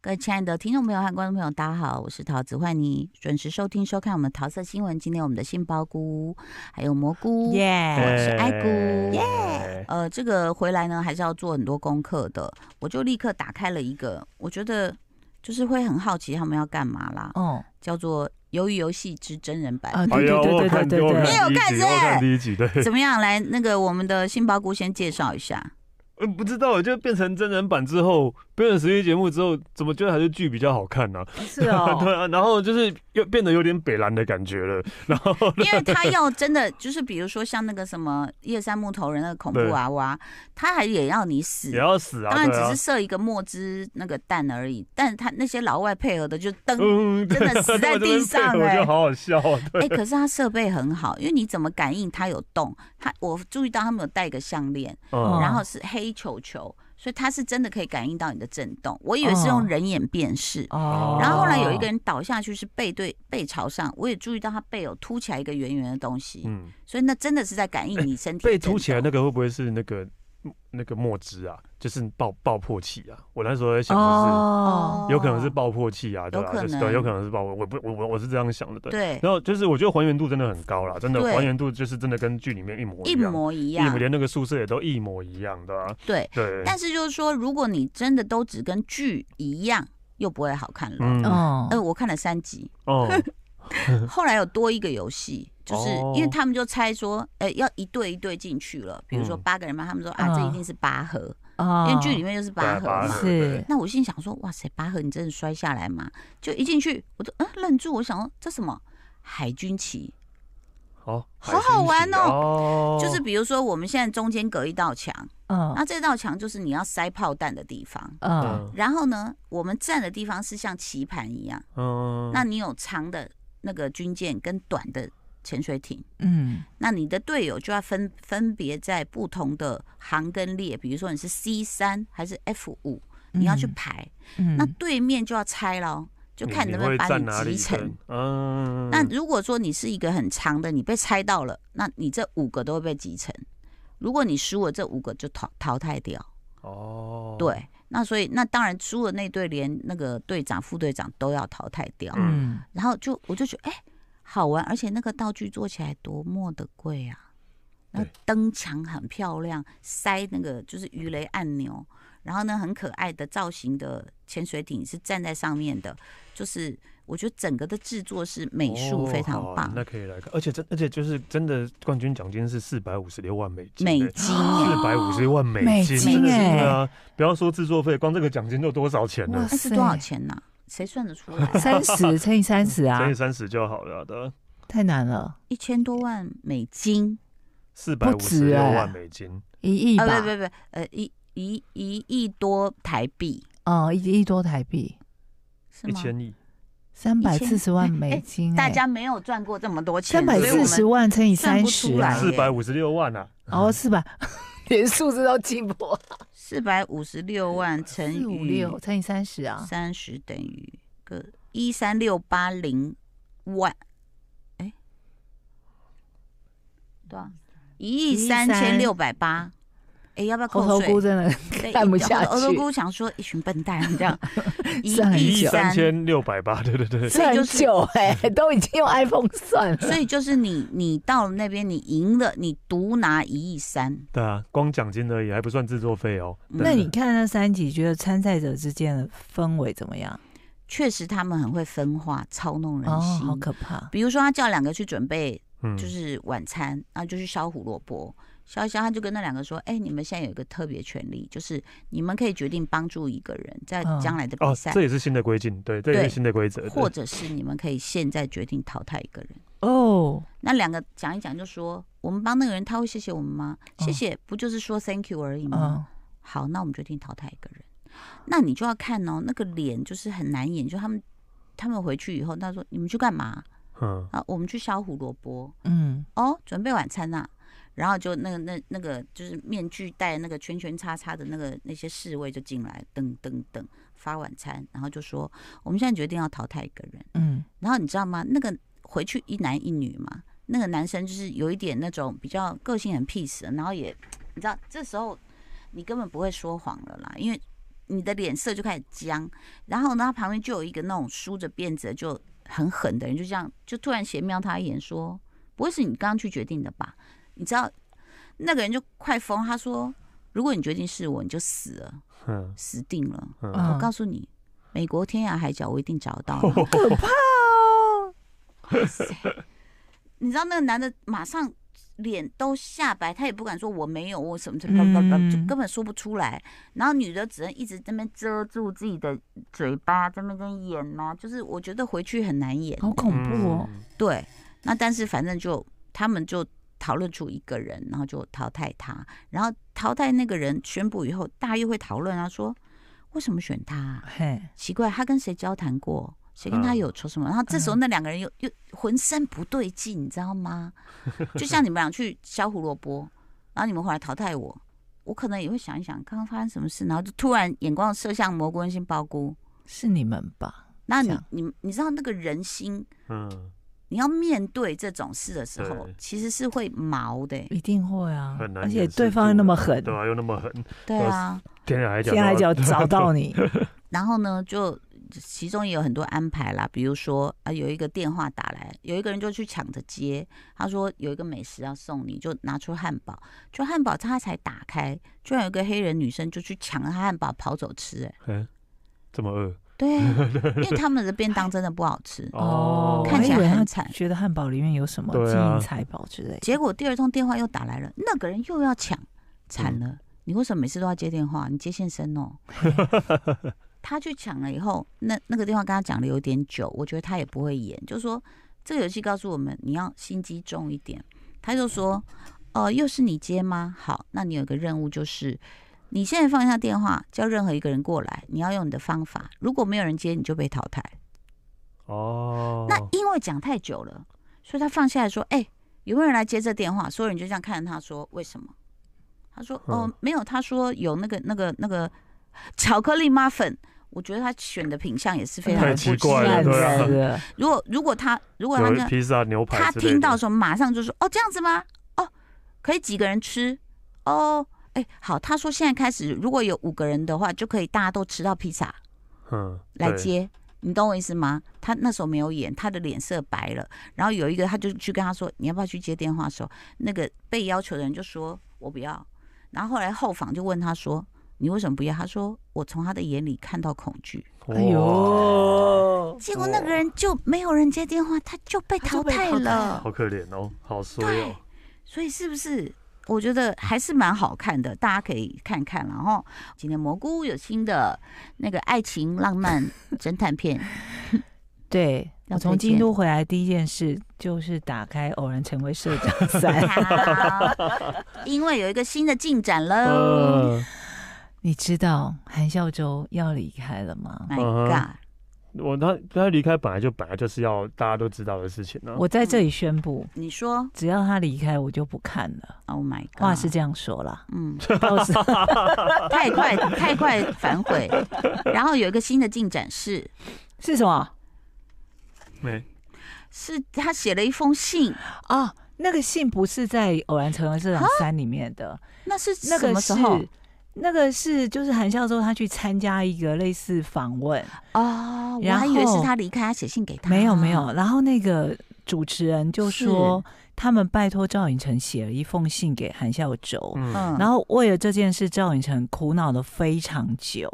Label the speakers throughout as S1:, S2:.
S1: 各位亲爱的听众朋友和观众朋友，大家好，我是桃子，欢迎你准时收听收看我们桃色新闻。今天我们的杏鲍菇还有蘑菇，
S2: 耶！
S3: 哎
S1: 我是爱菇
S2: 耶！
S1: 呃，这个回来呢还是要做很多功课的，我就立刻打开了一个，我觉得就是会很好奇他们要干嘛啦，
S2: 哦，
S1: 叫做《鱿鱼游戏之真人版》
S2: 啊，
S3: 哎
S2: 对
S3: 呀，我有
S2: 对对
S3: 看
S2: 对对
S3: 我
S2: 对
S1: 你有
S3: 看第
S1: 看是
S3: 一集，
S1: 不是
S3: 我有看第一集，对，
S1: 怎么样？来，那个我们的杏鲍菇先介绍一下。
S3: 嗯，不知道，就变成真人版之后，变成实际节目之后，怎么觉得还是剧比较好看呢、
S2: 对， 是
S3: 啊？ 对
S2: 哦，
S3: 啊，然后就是又变得有点北蓝的感觉了，然后
S1: 因为 他要真的就是，比如说像那个什么叶山木头人那个恐怖娃娃，他还也要你死
S3: 也，要死
S1: 当
S3: 啊，
S1: 然
S3: 对啊
S1: 只是，射一个墨汁那个蛋而已，但是他那些老外配合的就噔，
S3: 嗯，对
S1: 真的
S3: 啊
S1: 死在
S3: 他们这边
S1: 地上
S3: 配合
S1: 哎
S3: 就好好笑啊，
S1: 哎、
S3: 对，
S1: 可是他设备很好，因为你怎么感应它有动，他我注意到他们有戴一个项链，
S2: 哦
S3: 嗯，
S1: 然后是黑球球，所以它是真的可以感应到你的震动，我以为是用
S2: 哦
S1: 人眼辨识。
S2: 哦
S1: 然后后来有一个人倒下去，是背对背朝上，我也注意到他背有凸起来一个圆圆的东西，
S3: 嗯，
S1: 所以那真的是在感应你身体、
S3: 被凸起来那个会不会是那个那个墨汁啊？就是爆爆破器啊？我那时候在想的
S2: 哦，
S3: 是，有可能是爆破器啊，对
S1: 有
S3: 吧、
S1: 可
S3: 就是
S1: 能
S3: 对，有可能是爆破，我不，我我我是这样想的，对。
S1: 对，
S3: 然后就是我觉得还原度真的很高啦，真的
S1: 对
S3: 还原度就是真的跟剧里面一模
S1: 一
S3: 样，
S1: 模一
S3: 一
S1: 样，
S3: 连那个宿舍也都一模一样的、啊，
S1: 对。
S3: 对。
S1: 但是就是说，如果你真的都只跟剧一样，又不会好看了。嗯
S3: 嗯
S2: 哦
S1: 呃，我看了三集，
S3: 哦，
S1: 后来有多一个游戏，就是
S3: 哦
S1: 因为他们就猜说，呃，要一对一对进去了。比如说
S3: 嗯
S1: 八个人嘛，他们说啊，
S2: 嗯
S1: 这一定是拔河，
S2: 哦
S1: 因为剧里面就是拔河
S3: 对啊
S1: 嘛
S3: 拔河。
S2: 是
S1: 那我心想说，哇塞，拔河你真的摔下来吗？就一进去，我就嗯愣住，我想说这什么海军旗？
S3: 好，
S1: 好好玩哦
S3: 哦
S1: 就是比如说我们现在中间隔一道墙，
S2: 嗯
S1: 那这道墙就是你要塞炮弹的地方。
S2: 嗯
S3: 嗯
S1: 然后呢，我们站的地方是像棋盘一样，
S3: 嗯，
S1: 那你有长的那个军舰跟短的潜水艇，
S2: 嗯
S1: 那你的队友就要分分别在不同的航跟列，比如说你是 C 三还是 F 五，你要去排，
S2: 嗯
S1: 那对面就要猜咯，就看能不能
S3: 会
S1: 把
S3: 站哪
S1: 击
S3: 里
S1: 沉
S3: 跟。，嗯，
S1: 那如果说你是一个很长的，你被猜到了，那你这五个都会被击沉。如果你输了，这五个就淘淘汰掉。
S3: 哦，
S1: 对，那所以那当然输的那队连那个队长、副队长都要淘汰掉。
S2: 嗯
S1: 然后就我就觉得哎、好玩，而且那个道具做起来多么的贵啊！那
S3: 对
S1: 灯墙很漂亮，塞那个就是鱼雷按钮，然后呢很可爱的造型的潜水艇是站在上面的，就是我觉得整个的制作是美术
S3: 哦
S1: 非常
S3: 好啊
S1: 棒，
S3: 那可以来看，而且真而且就是真的冠军奖金是四百五十六万美金，欸
S1: 美金欸耶
S3: 四百五十万美
S2: 美
S3: 金，
S2: 金
S3: 真的是
S2: 耶
S3: 对啊，不要说制作费，光这个奖金就多少钱呢
S2: 哇？
S1: 那是多少钱呢、谁算得出来 啊、
S2: 三十乘以三十啊
S3: 嗯乘以，三十就好了的，
S2: 太难了，
S1: 一千多万美金？
S3: 四百
S2: 不
S3: 五十
S2: 止
S3: 六
S2: 哎
S3: 万美金，
S2: 一亿
S1: 啊，
S2: 吧
S1: 不，不不，呃，一一一亿多台币
S2: 哦，一亿多台币，
S1: 是
S3: 一
S1: 吗？
S3: 千亿，
S2: 三百四十万美金，
S1: 哎
S2: 哎
S1: 大家没有赚过这么多钱，
S2: 三百
S1: 所以我
S2: 四
S1: 们
S2: 十万乘以
S1: 算
S2: 三
S1: 不
S2: 十
S1: 出来
S2: 啊，
S3: 四百五十六万啊，
S2: 哦，是吧？ 连数字都记不，
S1: 四百五十六万乘
S2: 四五
S1: 以
S2: 六乘以三十啊，
S1: 三十等于个一三六八零万，哎、多少？啊一亿三千六百八。哎，要不要
S2: 猴
S1: 扣
S2: 头菇
S1: 税？
S2: 真的
S1: 对
S2: 看不下
S1: 猴头
S2: 去，
S1: 菇想说一群笨蛋这 样，一
S2: 算很
S1: 亿
S3: 一亿
S2: 久
S3: 三，千六百八，对对对，
S2: 这很久 哎，都已经用 iPhone 算了，
S1: 所以就是你你到了那边你赢了，你独拿一亿三，
S3: 对啊，光奖金而已，还不算制作费哦。
S1: 嗯
S3: 对
S2: 那你看那三集，觉得参赛者之间的氛围怎么样？
S1: 确实他们很会分化操弄人
S2: 哦，
S1: 心。
S2: 好可怕！
S1: 比如说他叫两个去准备
S3: 嗯
S1: 就是晚餐，然后就去削胡萝卜，削一削，他就跟那两个说：“哎、你们现在有一个特别权利，就是你们可以决定帮助一个人在
S2: 嗯
S1: 将来的比
S3: 哦
S1: 赛，，
S3: 这也是新的规定，对，这也
S1: 对
S3: 是新的规则。对
S1: 或者是你们可以现在决定淘汰一个人。
S2: 哦，”
S1: 那两个讲一讲就说：“我们帮那个人，他会谢谢我们吗？
S2: 嗯
S1: 谢谢，不就是说 thank you 而已吗？”
S2: 嗯，
S1: 好，那我们决定淘汰一个人。那你就要看哦，那个脸就是很难演，就他们他们回去以后，他说：“你们去干嘛？
S3: 嗯，
S1: 啊，我们去削胡萝卜。”
S2: 嗯，
S1: 哦，准备晚餐呐、然后就那个那那个就是面具戴那个圈圈叉叉的那个那些侍卫就进来，噔噔噔发晚餐，然后就说我们现在决定要淘汰一个人。
S2: 嗯，
S1: 然后你知道吗？那个回去一男一女嘛，那个男生就是有一点那种比较个性很 peace，的然后也你知道这时候你根本不会说谎了啦，因为你的脸色就开始僵，然后呢，他旁边就有一个那种梳着辫子的就很狠的人，就这样就突然斜瞄他一眼说：“不会是你刚刚去决定的吧？”你知道那个人就快疯，他说：“如果你决定是我，你就死了，
S3: 嗯
S1: 死定了。”
S2: 嗯
S1: 我告诉你，美国天涯海角我一定找得到你。
S2: 可怕哦！
S1: 哇塞你知道那个男的马上脸都吓白，他也不敢说我没有，我什么什么什么，
S2: 嗯
S1: 就根本说不出来。然后女的只能一直在那边遮住自己的嘴巴，在那边演嘛、就是我觉得回去很难演。
S2: 好恐怖哦！
S3: 嗯
S1: 对，那但是反正就他们就讨论出一个人，然后就淘汰他，然后淘汰那个人宣布以后，大家又会讨论啊，说为什么选他、啊？
S2: 嘿，
S1: 奇怪，他跟谁交谈过？谁跟他
S3: 嗯
S1: 有仇什么？然后这时候那两个人又又浑身不对劲，你知道吗？就像你们俩去削胡萝卜，然后你们后来淘汰我，我可能也会想一想刚刚发生什么事，然后就突然眼光射向蘑菇跟杏鲍菇。
S2: 是你们吧？
S1: 那
S2: 这
S1: 你
S2: 样
S1: 你你知道那个人心，
S3: 嗯，
S1: 你要面对这种事的时候
S3: 对，
S1: 其实是会毛的、欸
S2: 一定会啊，
S3: 很难
S2: 而且
S3: 掩饰
S2: 对方
S3: 住
S2: 又那么狠，
S3: 对啊，又那么狠，
S1: 对啊，
S3: 天涯海角，
S2: 天涯角找 到你，
S3: 啊
S1: 然后呢，就其中也有很多安排啦，比如说啊，有一个电话打来，有一个人就去抢着接，他说有一个美食要送你，就拿出汉堡，就汉堡他才打开，居然有一个黑人女生就去抢了他汉堡跑走吃、哎，
S3: 嗯，这么饿
S1: 对， 因为他们的便当真的不好吃，
S2: 哦，
S1: 看起来
S2: 我以为
S1: 很
S2: 他
S1: 惨
S2: 觉得汉堡里面有什么
S3: 对
S2: 金
S3: 啊
S2: 银财宝之类的，
S1: 结果第二通电话又打来了，那个人又要抢，惨了！你为什么每次都要接电话？你接线生哦。他去抢了以后，那那个电话跟他讲了有点久，我觉得他也不会演，就说这个游戏告诉我们你要心机重一点。他就说，呃，又是你接吗？好，那你有一个任务就是。你现在放下电话，叫任何一个人过来，你要用你的方法。如果没有人接，你就被淘汰。
S3: 哦，
S1: 那因为讲太久了，所以他放下来说：“哎、有没有人来接这电话？”所有人就这样看着他说：“为什么？”他说：“哦、
S3: 嗯
S1: 没有。”他说：“有那个、那个、那个巧克力妈粉。”我觉得他选的品相也是非常
S3: 太
S1: 不
S3: 奇
S1: 是
S3: 怪
S1: 人
S3: 了
S2: 烂
S3: 对啊
S2: 死了，
S1: 如果如果他如果他
S3: 有
S1: 跟
S3: 披萨牛排
S1: 他
S3: 之类的，
S1: 听到的时候，马上就说：“哦，这样子吗？哦，可以几个人吃？哦，哎、好。”他说：“现在开始，如果有五个人的话，就可以大家都吃到披萨。”
S3: 嗯，
S1: 来
S3: 对，
S1: 接，你懂我意思吗？他那时候没有演，他的脸色白了。然后有一个，他就去跟他说：“你要不要去接电话？”的时候，那个被要求的人就说：“我不要。”然后后来后访就问他说：“你为什么不要？”他说：“我从他的眼里看到恐惧。
S3: 哇
S2: 哎呦”，
S1: 结果那个人就没有人接电话，他就被
S2: 他就
S1: 淘
S2: 被
S1: 汰
S2: 淘汰
S1: 了
S2: 了。
S3: 好可怜哦，好衰哦，
S1: 所以是不是？我觉得还是蛮好看的，大家可以看看。然后今天蘑菇有新的那个爱情浪漫 侦探片，
S2: 对
S1: 要
S2: 我从
S1: 推
S2: 京
S1: 荐
S2: 都回来第一件事就是打开《偶然成为社 长三》，
S1: 好，因为有一个新的进展喽。Oh
S3: 嗯，
S2: 你知道韩孝周要离开了吗？
S1: My
S3: 嗯
S1: God！
S3: 我他他离开本来就本来就是要大家都知道的事情呢，
S2: 我在这里宣布，
S1: 你说
S2: 只要他离开，我就不看了。
S1: ，Oh my God！
S2: 话是这样说啦，
S1: 嗯，
S2: 到 时候
S1: 太快太快反 悔。然后有一个新的进展是，
S2: 是什么
S3: 没
S1: 是他写了一封信，
S2: 啊？那个信不是在《偶然成为社长三》里面的，
S1: 那是
S2: 那
S1: 什
S2: 个
S1: 么时
S2: 啊是
S1: 候
S2: 那个是就是韩孝周他去参加一个类似访问，
S1: 哦，我
S2: 然
S1: 还以为是
S2: 后
S1: 他离开，他写信给他。
S2: 没有没有，然后那个主持人就是说，他们拜托赵寅成写了一封信给韩孝周，
S3: 嗯
S1: 嗯，
S2: 然后为了这件事，赵寅成苦恼了非常久，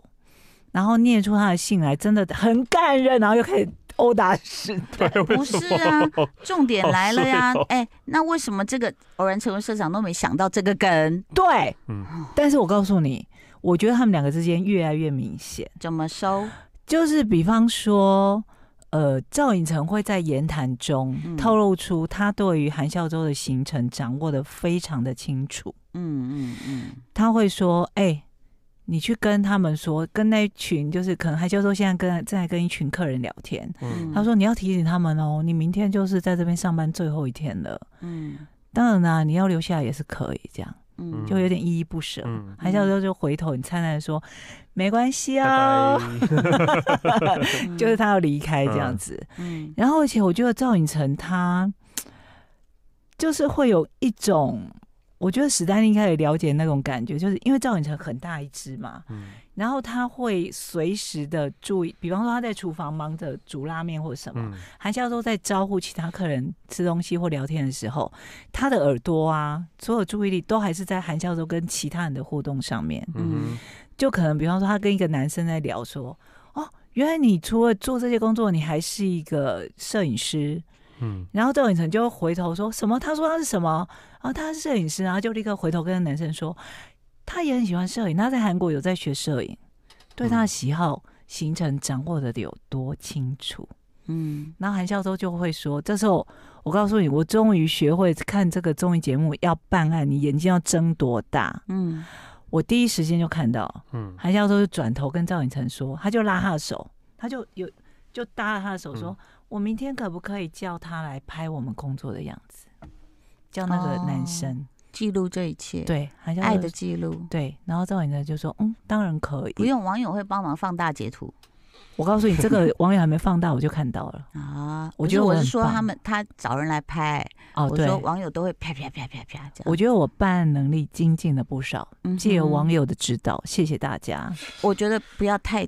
S2: 然后念出他的信来，真的很感人，然后又开始殴打是
S3: 对，
S1: 不
S3: 为什
S1: 是啊
S3: 么
S1: 重点
S3: 好
S1: 来了呀
S3: 衰哦！
S1: 哎，那为什么这个偶然成为社长都没想到这个梗？
S2: 对，
S3: 嗯
S2: 但是我告诉你，我觉得他们两个之间越来越明显，
S1: 怎么收？
S2: 就是比方说。呃，赵寅成会在言谈中
S1: 嗯
S2: 透露出他对于韩孝周的行程掌握的非常的清楚。
S1: 嗯嗯嗯，
S2: 他会说：“哎、你去跟他们说，跟那一群就是可能韩孝周现在跟正在跟一群客人聊天，
S3: 嗯
S2: 他说：“你要提醒他们哦，你明天就是在这边上班最后一天了。
S1: 嗯
S2: 当然啦、你要留下来也是可以，这样
S1: 嗯
S2: 就有点依依不舍。
S3: 嗯，
S2: 韩孝周就回头很灿烂地说：“没关系
S3: 拜
S2: 哦，
S3: 拜，
S1: 嗯
S2: 就是他要离开这样子。
S1: 嗯
S2: 然后，而且我觉得赵寅成他就是会有一种我觉得史丹利应该也了解那种感觉，就是因为赵寅成很大一只嘛，
S3: 嗯，
S2: 然后他会随时的注意，比方说他在厨房忙着煮拉面或什么，
S3: 嗯，
S2: 韩教授在招呼其他客人吃东西或聊天的时候，他的耳朵啊，所有注意力都还是在韩教授跟其他人的互动上面。
S3: 嗯
S2: 就可能比方说，他跟一个男生在聊说，哦，原来你除了做这些工作，你还是一个摄影师。
S3: 哼，嗯，
S2: 然后赵寅成就回头说什么？他说他是什么？然后他是摄影师，然后就立刻回头跟男生说，他也很喜欢摄影，他在韩国有在学摄影，对他的喜好、行程掌握的有多清楚。
S1: 嗯，
S2: 然后韩孝周就会说：“这时候我告诉你，我终于学会看这个综艺节目要办案，你眼睛要睁多大。
S1: 嗯，”
S2: 我第一时间就看到
S3: 嗯，
S2: 韩孝周就转头跟赵寅成说，他就拉他的手，他就有就搭了他的手说：“我明天可不可以叫他来拍我们工作的样子？”叫那个男生、
S1: 记录这一切，，
S2: 对韩孝周
S1: 哦爱的记录，
S2: 对，然后赵寅成就说：“嗯，当然可以。”
S1: 不用网友会帮忙放大截图
S2: 我告诉你，这个网友还没放大，我就看到 了。
S1: 啊。
S2: 我
S1: 不
S2: 觉
S1: 是
S2: 得我
S1: 我是
S2: 很
S1: 说
S2: 棒
S1: 他们他找人来拍，
S2: 哦，
S1: 我
S2: 对
S1: 说，网友都会啪啪啪啪啪这样。
S2: 我觉得我办案能力精进了不少。
S1: 嗯
S2: 借由
S1: 哼
S2: 网友的指导，谢谢大家。
S1: 我觉得不要太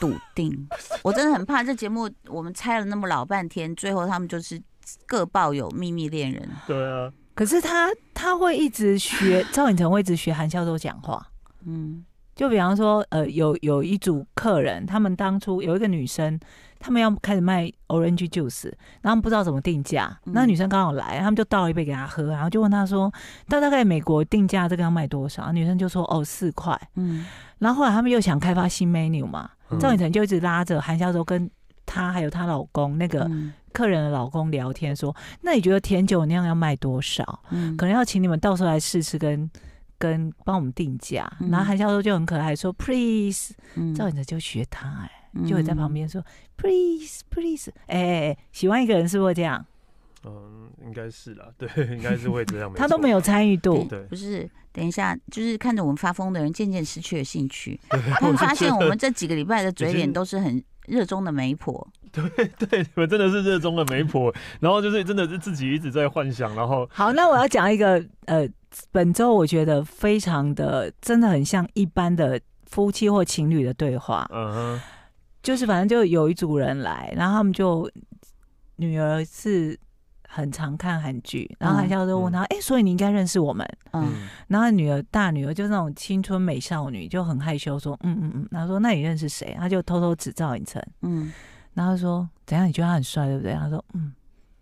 S1: 笃定， 我真的很怕这节目我们猜了那么老半天，最后他们就是各抱有秘密恋人。
S3: 对啊，
S2: 可是他他会一直学赵寅成，会一直学韩孝周讲话。
S1: 嗯
S2: 就比方说，呃，有有一组客人，他们当初有一个女生，他们要开始卖 orange juice，然后他们不知道怎么定价，
S1: 嗯
S2: 那女生刚好来，他们就倒了一杯给她喝，然后就问她说，那大概美国定价这个要卖多少？女生就说哦四块，
S1: 嗯
S2: 然后后来他们又想开发新 menu 嘛，
S3: 嗯
S2: 赵寅成就一直拉着韩孝周跟她还有她老公那个
S1: 嗯
S2: 客人的老公聊天说：“那你觉得甜酒那样要卖多少？
S1: 嗯
S2: 可能要请你们到时候来试吃跟跟帮我们定价。
S1: 嗯
S2: 然后韩教授就很可爱说：“Please。”
S1: 能
S2: 赵
S1: 赵
S2: 颖哲就学他、哎、
S1: 嗯
S2: 就有在旁，边说：“Please, please。哎哎哎，喜欢一个人是不是会这样？
S3: 嗯，应该是啦，对，应该是会这样，
S2: 他都没
S3: 有，
S2: 有参与度
S1: 对，
S3: 对
S1: 不是。等一下，就是看着我们发疯的人渐渐失去了兴趣， 他们发现我们这几个礼拜的嘴
S3: 已
S1: 脸
S3: 经
S1: 都是很热衷的媒婆。
S3: 对，你们真的是热衷了媒婆，然后就是真的是自己一直在幻想，然后
S2: 好，那我要讲一个呃，本周我觉得非常的，真的很像一般的夫妻或情侣的对话。
S3: 嗯哼，
S2: 就是反正就有一组人来，然后他们就女儿是很常看韩剧，然后韩笑就问他，哎、所以你应该认识我们。
S1: 嗯，
S2: 然后女儿大女儿就是那种青春美少女，就很害羞说，嗯嗯嗯。然后说那你认识谁？他就偷偷指赵寅成，
S1: 嗯
S2: 然后说怎样？你觉得他很帅对不对？他说嗯，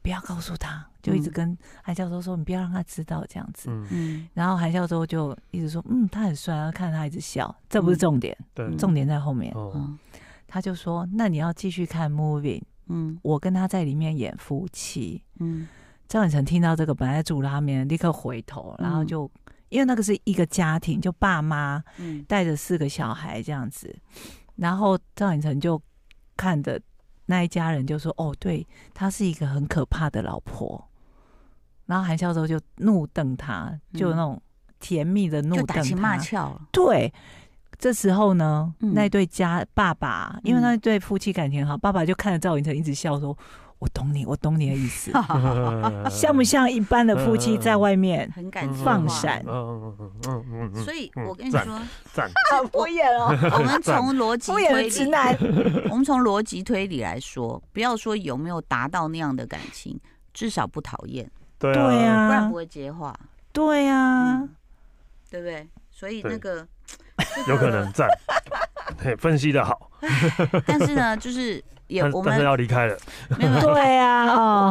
S2: 不要告诉他，就一直跟韩教授说你不要让他知道这样子。
S3: 嗯，
S1: 嗯
S2: 然后韩孝周就一直说，嗯，他很帅，然后看他一直笑，这不是
S1: 嗯
S2: 重点，
S3: 对，
S2: 重点在后面。
S3: 哦，
S1: 嗯
S2: 他就说，那你要继续看 Moving，
S1: 嗯
S2: 我跟他在里面演夫妻。
S1: 嗯
S2: 赵寅成听到这个，本来在煮拉面，立刻回头，
S1: 嗯
S2: 然后就、因为那个是一个家庭，就爸妈
S1: 嗯
S2: 带着四个小孩这样子，然后赵寅成就看着那一家人就说：“哦，对，她是一个很可怕的老婆。”然后韩孝周就怒瞪他，
S1: 嗯
S2: 就那种甜蜜的
S1: 就
S2: 怒瞪
S1: 打
S2: 他，
S1: 情骂俏了。
S2: 对，这时候呢，
S1: 嗯
S2: 那对家爸爸，因为
S1: 嗯
S2: 那对夫妻感情好，爸爸就看着赵寅成一直笑说：“我懂你，我懂你的意 思。
S1: 哈哈哈
S2: 像不像一般的夫妻在外面？
S1: 很敢说
S2: 放
S1: 话
S2: 闪
S3: 嗯嗯嗯嗯嗯，
S1: 所以
S3: 嗯
S1: 我跟你
S3: 赞
S1: 说，
S3: 赞，
S2: 好敷衍哦，
S1: 我们从逻辑
S2: 敷衍
S1: 推
S2: 的直
S1: 理，
S2: 男。
S1: 我们从逻辑推理来说，不要说有没有达到那样的感情，至少不讨厌，
S3: 对
S2: 对
S3: 啊，
S1: 不然
S2: 啊
S1: 不，会接话，
S2: 对啊
S1: 嗯，对不对？所以
S3: 对
S1: 那个
S3: 有可能， 赞，嘿，分析的好，
S1: 但是呢，就是也
S3: 但
S1: 我
S3: 但
S1: 们
S3: 是要离开了，
S1: 没 有没有，
S2: 对啊，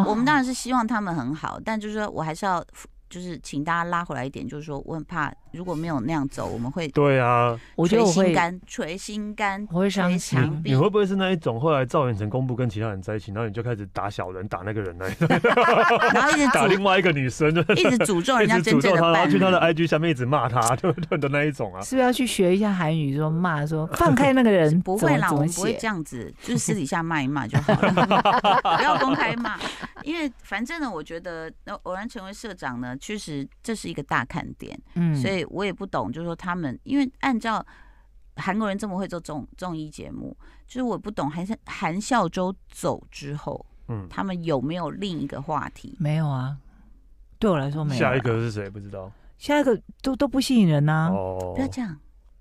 S1: 我
S2: 哦，
S1: 们当然是希望他们很好，但就是说我还是要。就是请大家拉回来一点，就是说我很怕，如果没有那样走，我们会
S3: 对啊，
S2: 我觉
S1: 捶
S2: 得我
S1: 心
S2: 会，
S1: 肝，捶心肝。
S2: 我会伤
S1: 捶
S2: 心。
S1: 墙壁
S3: 你会不会是那一种后来赵远成公布跟其他人在一起，然后你就开始打小人，打那个人 那一种，
S1: 然后一直
S3: 打
S1: 诅
S3: 另外一个女生，
S1: 一直诅咒
S3: 一
S1: 人家
S3: 直
S1: 真正
S3: 诅咒
S1: 的
S3: 他，然
S1: 伴
S3: 后
S1: 侣
S3: 去，他的 IG 下面一直骂他，对不对的那一种啊？
S2: 是不是要去学一下韩语？说骂说放开那个人，
S1: 嗯不
S2: 怎
S1: 会
S2: 么
S1: 啦，
S2: 怎
S1: 我
S2: 么
S1: 们不会
S2: 写
S1: 这？样子，就是私底下骂一骂就好了， 不要公开骂。因为反正呢，我觉得那偶然成为社长呢，确实这是一个大看点，
S2: 嗯
S1: 所以我也不懂，就是说他们，因为按照韩国人这么会做综综艺节目，就是我不懂韩孝韩孝周走之后，
S3: 嗯，
S1: 他们有没有另一个话题？
S2: 没有啊，对我来说没有啊。
S3: 下一个是谁不知道？
S2: 下一个都都不吸引人啊呐、
S3: 哦
S1: 不要这样，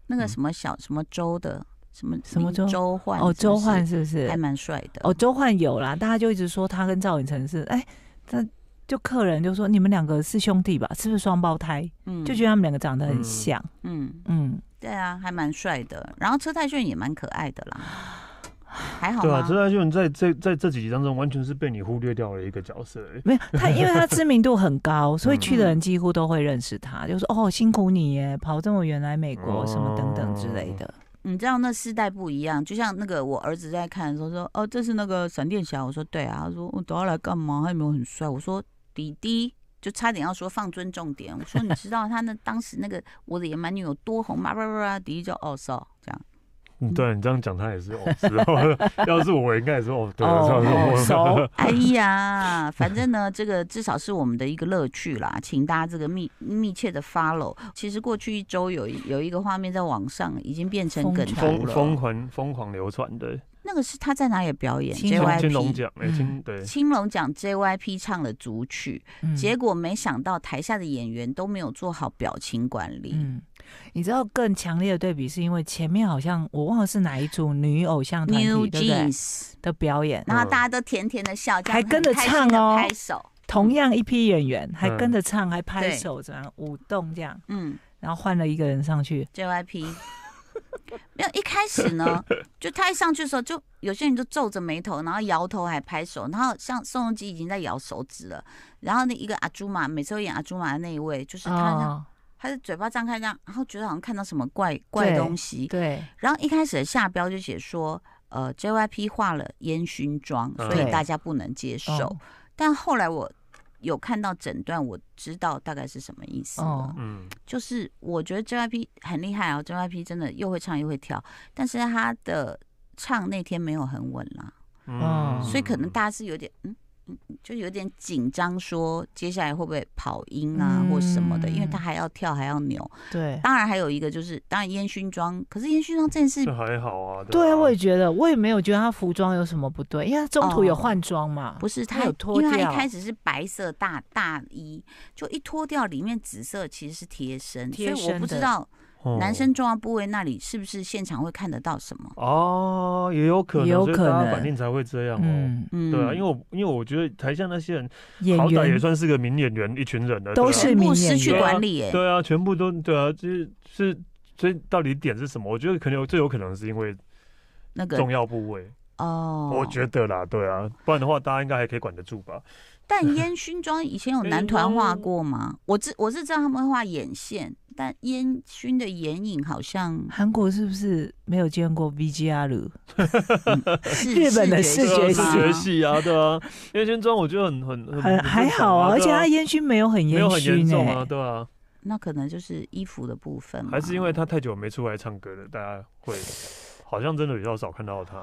S1: 那个
S3: 嗯
S1: 什么小什么周的什么
S2: 什么
S1: 名
S2: 周
S1: 周焕
S2: 哦，
S1: 是不
S2: 周
S1: 是
S2: 焕是不是
S1: 还？蛮帅的
S2: 哦，周焕有啦，大家就一直说他跟赵寅成是，哎、那就客人就说你们两个是兄弟吧？是不是双胞胎？
S1: 嗯
S2: 就觉得他们两个长得很
S3: 嗯
S2: 像，
S1: 嗯，
S2: 嗯，
S1: 对啊，还蛮帅的。然后车太铉也蛮可爱的啦，还好
S3: 对啊，
S1: 吗？
S3: 这代秀在这在这几集当中完全是被你忽略掉了一个角色、欸，
S2: 没有他，因为他知名度很高，所以去的人几乎都会认识 他，就说哦，辛苦你耶，跑这么远来美国，什么等等之类的。
S3: 嗯
S1: 你知道那世代不一样，就像那个我儿子在看的时候说：“哦，这是那个闪电侠。”我说：“对啊。”他说：“我找他来干嘛？他有没有很帅？”我说：“弟弟。”就差点要说放尊重点，我说你知道他那当时那个我的野蛮女友多红吗？叭叭叭，迪迪叫哦少这样，
S3: 嗯，对啊你这样讲他也是哦，是哦 要是我应该也是哦，对，
S2: 哦
S3: 要是我
S2: 哦熟
S1: 哎呀，反正呢，这个至少是我们的一个乐趣啦，请大家这个密密切的 follow。其实过去一周有一有一个画面在网上已经变成梗
S2: 疯
S1: 图
S3: 疯疯
S1: 了，
S3: 狂疯狂流传的
S1: 那个是他在哪里表演
S2: 金融
S1: JYP
S3: 金龙奖，哎，
S2: 嗯
S3: 金对，
S1: 青龙奖 JYP 唱了主曲，
S2: 嗯
S1: 结果没想到台下的演员都没有做好表情管理。
S2: 嗯，你知道更强烈的对比是因为前面好像我忘了是哪一组女偶像团
S1: New
S2: 体对不对
S1: Jeans，
S2: 的表演，
S1: 然后大家都甜甜的笑，这样
S2: 哦还跟着
S1: 很开心
S2: 唱
S1: 地
S2: 哦
S1: 拍手。
S2: 同样一批演员还
S3: 嗯
S2: 跟着唱，还拍
S1: 对
S2: 手，怎么样舞动这样，
S1: 嗯
S2: 然后换了一个人上去，
S1: ，JYP 没有一开始 呢，就他一上去的时候，就有些人就皱着眉头，然后摇头还拍手，然后像宋仲基已经在摇手指了，然后那一个阿朱玛，每次都演阿朱玛的那一位，就是他这样，
S2: 哦，
S1: 他的嘴巴张开这样，然后觉得好像看到什么怪怪
S2: 对
S1: 东西，
S2: 对，
S1: 然后一开始的下标就写说，呃，JYP 化了烟熏妆，
S3: 嗯
S1: 所以大家不能接受。
S2: 哦
S1: 但后来我有看到诊断，我知道大概是什么意思了。
S2: 哦
S3: 嗯，
S1: 就是我觉得 JYP 很厉害啊，JYP 真的又会唱又会跳，但是他的唱那天没有很稳啦，
S3: 嗯
S2: 哦
S1: 所以可能大家是有点嗯。嗯，就有点紧张，说接下来会不会跑音啊，或什么的，因为他
S2: 嗯
S1: 还要跳，还要扭。
S2: 对。
S1: 当然还有一个就是，当然烟熏妆，可是烟熏妆这件事
S3: 这还好啊，
S2: 对啊，
S3: 啊
S2: 我也觉得，我也没有觉得他服装有什么不对，因为他中途有
S1: 哦
S2: 换装嘛。
S1: 不是，
S2: 它
S1: 它
S2: 有脱
S1: 因为它
S2: 掉
S1: 一开始是白色大大衣，就一脱掉，里面紫色其实是贴身，所
S2: 贴
S1: 以我
S2: 身
S1: 不知
S2: 的
S1: 道
S3: 哦
S1: 男生重要部位那里是不是现场会看得到什么。
S3: 哦，也有可能，
S2: 也有
S3: 所以
S2: 可
S3: 大家
S2: 能
S3: 反应才会这样哦。
S2: 嗯，
S1: 嗯，
S3: 对啊，因为我因为我觉得台下那些人
S2: 演
S3: 好歹也
S2: 员
S3: 算是个名演员，一群人的，
S2: 都
S3: 对啊
S2: 是
S1: 全部
S2: 名
S1: 失
S2: 演
S1: 去
S3: 员
S1: 管理、欸，
S3: 对啊，全部都对啊，就是是，所以到底点是什么？我觉得可能有最有可能是因为
S1: 那个
S3: 重要部位，
S1: 哦，
S3: 我觉得啦，对啊，不然的话大家应该还可以管得住吧？
S1: 但烟熏妆以前有男团 画过吗？我知我是知道他们会画眼线，但烟熏的眼影好像
S2: 韩国是不是没有见过 VGR？
S1: 是
S2: 日本的视
S1: 视
S2: 觉
S3: 对啊
S2: 系
S3: 视
S1: 吗
S3: 觉系啊，对啊，因为先装我觉得很很
S2: 还
S3: 很
S2: 还好啊，而且
S3: 他
S2: 他烟熏没有很
S3: 没有
S2: 烟
S3: 很严
S2: 熏
S3: 重
S2: 哎
S3: 啊，，对啊，
S1: 那可能就是衣服的部分嘛，
S3: 还是因为他太久没出来唱歌了，大家会好像真的比较少看到他。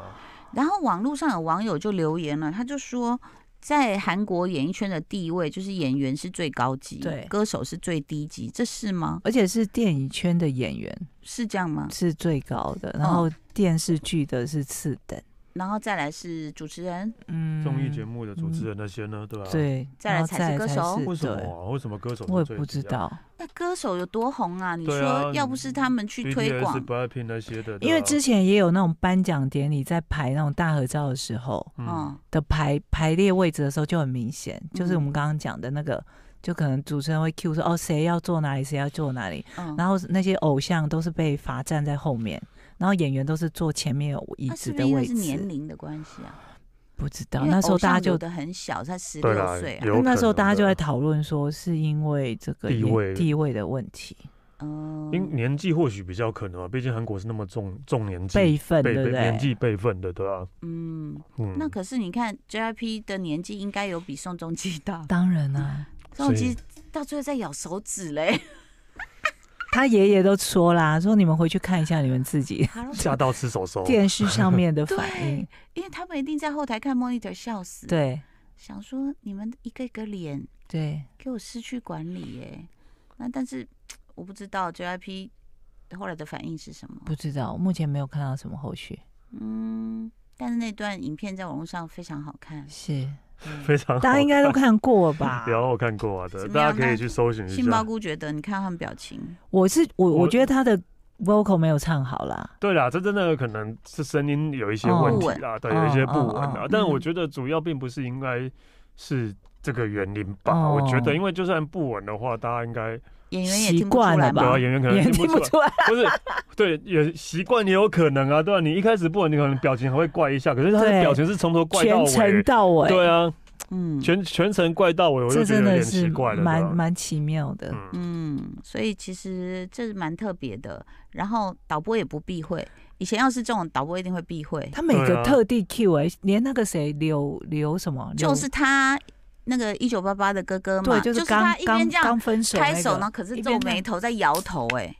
S1: 然后网络上有网友就留言了，他就说，在韩国演艺圈的地位就是演员是最高级，
S2: 对
S1: 歌手是最低级，这是吗？
S2: 而且是电影圈的演员
S1: 是这样吗？
S2: 是最高的，然
S1: 哦
S2: 后电视剧的是次等，
S1: 然后再来是主持人，
S2: 嗯，
S3: 综艺节目的主持人那些呢，对吧、啊？，
S2: 对，
S1: 再来
S2: 然后
S1: 才是歌手
S2: 对
S3: 为什么啊？为什么歌手是
S2: 我也
S3: 最
S2: 不知
S3: 低啊
S2: 道，
S1: 那歌手有多红啊？你
S3: 对啊
S1: 说要不是他们去推
S3: ？BTS、
S1: 广，
S3: Blackpink 那些的，对啊
S2: 因为之前也有那种颁奖典礼在排那种大合照的时候，
S1: 嗯，
S2: 的排排列位置的时候就很明显，就是我们
S1: 嗯
S2: 刚刚讲的那个，就可能主持人会 Q 说哦谁要坐哪里，谁要坐哪里，
S1: 嗯，
S2: 然后那些偶像都是被罚站在后面，然后演员都是坐前面有椅
S1: 那啊是
S2: 子
S1: 不是
S2: 的
S1: 因为
S2: 位
S1: 是
S2: 置，
S1: 年龄的关系啊？
S2: 不知道
S1: 因为
S2: 那时候
S1: 偶像
S2: 大家就
S1: 有。的很小，才十
S3: 对
S1: 六
S3: 啦
S1: 岁啊，
S3: 有可
S2: 那时候大家就
S3: 能
S2: 在
S3: 的
S2: 讨论说，是因为这个
S3: 地
S2: 演
S3: 位
S2: 地位的问题，
S1: 嗯
S3: 因年纪或许比较可能啊，毕竟韩国是那么重重年纪
S2: 辈分
S3: 辈
S2: 对不
S3: 辈年
S2: 对？
S3: 纪辈分的，对啊，
S1: 嗯，
S3: 嗯，
S1: 那可是你看 JYP 的年纪应该有比宋仲基大，
S2: 当然啊啦、
S1: 宋仲基
S3: 所
S1: 到最后在咬手指嘞。
S2: 他爷爷都说啦，说你们回去看一下你们 自己
S3: 吓到吃手手，
S2: 电视上面的反应
S1: 对。，因为他们一定在后台看 monitor 笑死，，
S2: 对
S1: 想说你们一个一个脸
S2: 对，
S1: 给我失去管理耶、那但是我不知道 JYP 后来的反应是什么，
S2: 不知道，目前没有看到什么后续。
S1: 嗯，但是那段影片在网络上非常好看，
S2: 是，
S3: 非常好
S2: 大家应该都看过吧？
S3: 有我看过啊的，
S1: 怎么
S3: 大
S1: 样
S3: 家可
S1: 那
S3: 以去搜寻一
S1: 杏鲍
S3: 下。
S1: 菇觉得，你看他们表情，
S2: 我是我，我
S3: 我
S2: 觉得他的 vocal 没有唱好 啦。
S3: 对啦，这真的有可能是声音有一些问题啊，对，有一些不稳
S2: 哦哦
S3: 啊
S2: 哦。
S3: 但我
S1: 嗯
S3: 觉得主要并不是应该是这个原因吧，
S2: 哦
S3: 我觉得因为就算不稳的话，大家应该
S1: 演员也
S2: 习
S1: 听不出
S2: 惯了
S1: 来
S3: 对
S2: 吧
S1: 吧
S3: 啊，？演员可能
S2: 也
S3: 听
S2: 听
S3: 不
S2: 不
S3: 出来。
S2: 出来，
S3: 不是，对，也习惯也有可能啊，对吧、你一开始不管你可能表情还会怪一下，可是他的
S2: 对
S3: 表情是从头怪到
S2: 全程
S3: 尾，
S2: 到尾，
S3: 对啊，
S1: 嗯
S3: 全全程怪到尾，我
S2: 这
S3: 就觉
S2: 真
S3: 得
S2: 的
S3: 有点奇
S2: 是
S3: 怪了，对
S2: 蛮
S3: 吧
S2: 蛮奇妙的。
S3: 嗯，
S1: 嗯，所以其实这是蛮特别的。然后导播也不避讳，以前要是这种导播一定会避讳，
S2: 他每
S3: 对
S2: 个
S3: 啊
S2: 特地 Q 哎、连那个谁刘刘什么，刘
S1: 就是他那个一九八八的哥哥嘛，
S2: 对，
S1: 就是他
S2: 刚
S1: 一边
S2: 刚
S1: 这样
S2: 刚分手、那个，
S1: 拍手呢，可是
S2: 一
S1: 皱
S2: 边这样
S1: 眉头在摇头、 哎，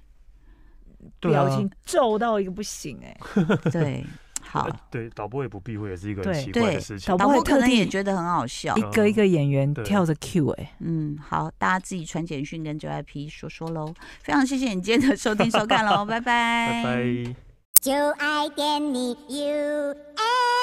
S3: 对啊嗯
S2: 表情皱到一个不行哎、
S1: 对，好
S3: 呃，对，导播也不避讳，也是一个很
S2: 对
S3: 奇怪
S1: 对
S3: 的事情嗯
S2: 导。
S1: 导
S2: 播还
S1: 播可
S2: 特
S1: 能也
S2: 地
S1: 觉得很好笑
S2: 一。个一个演员
S3: 对
S2: 跳着 Q 哎、
S1: 嗯，好，大家自己传简讯跟 JYP 说说喽。非常谢谢你今天的收 听收看喽，拜拜
S3: 拜拜。
S4: 就爱点你 UFO。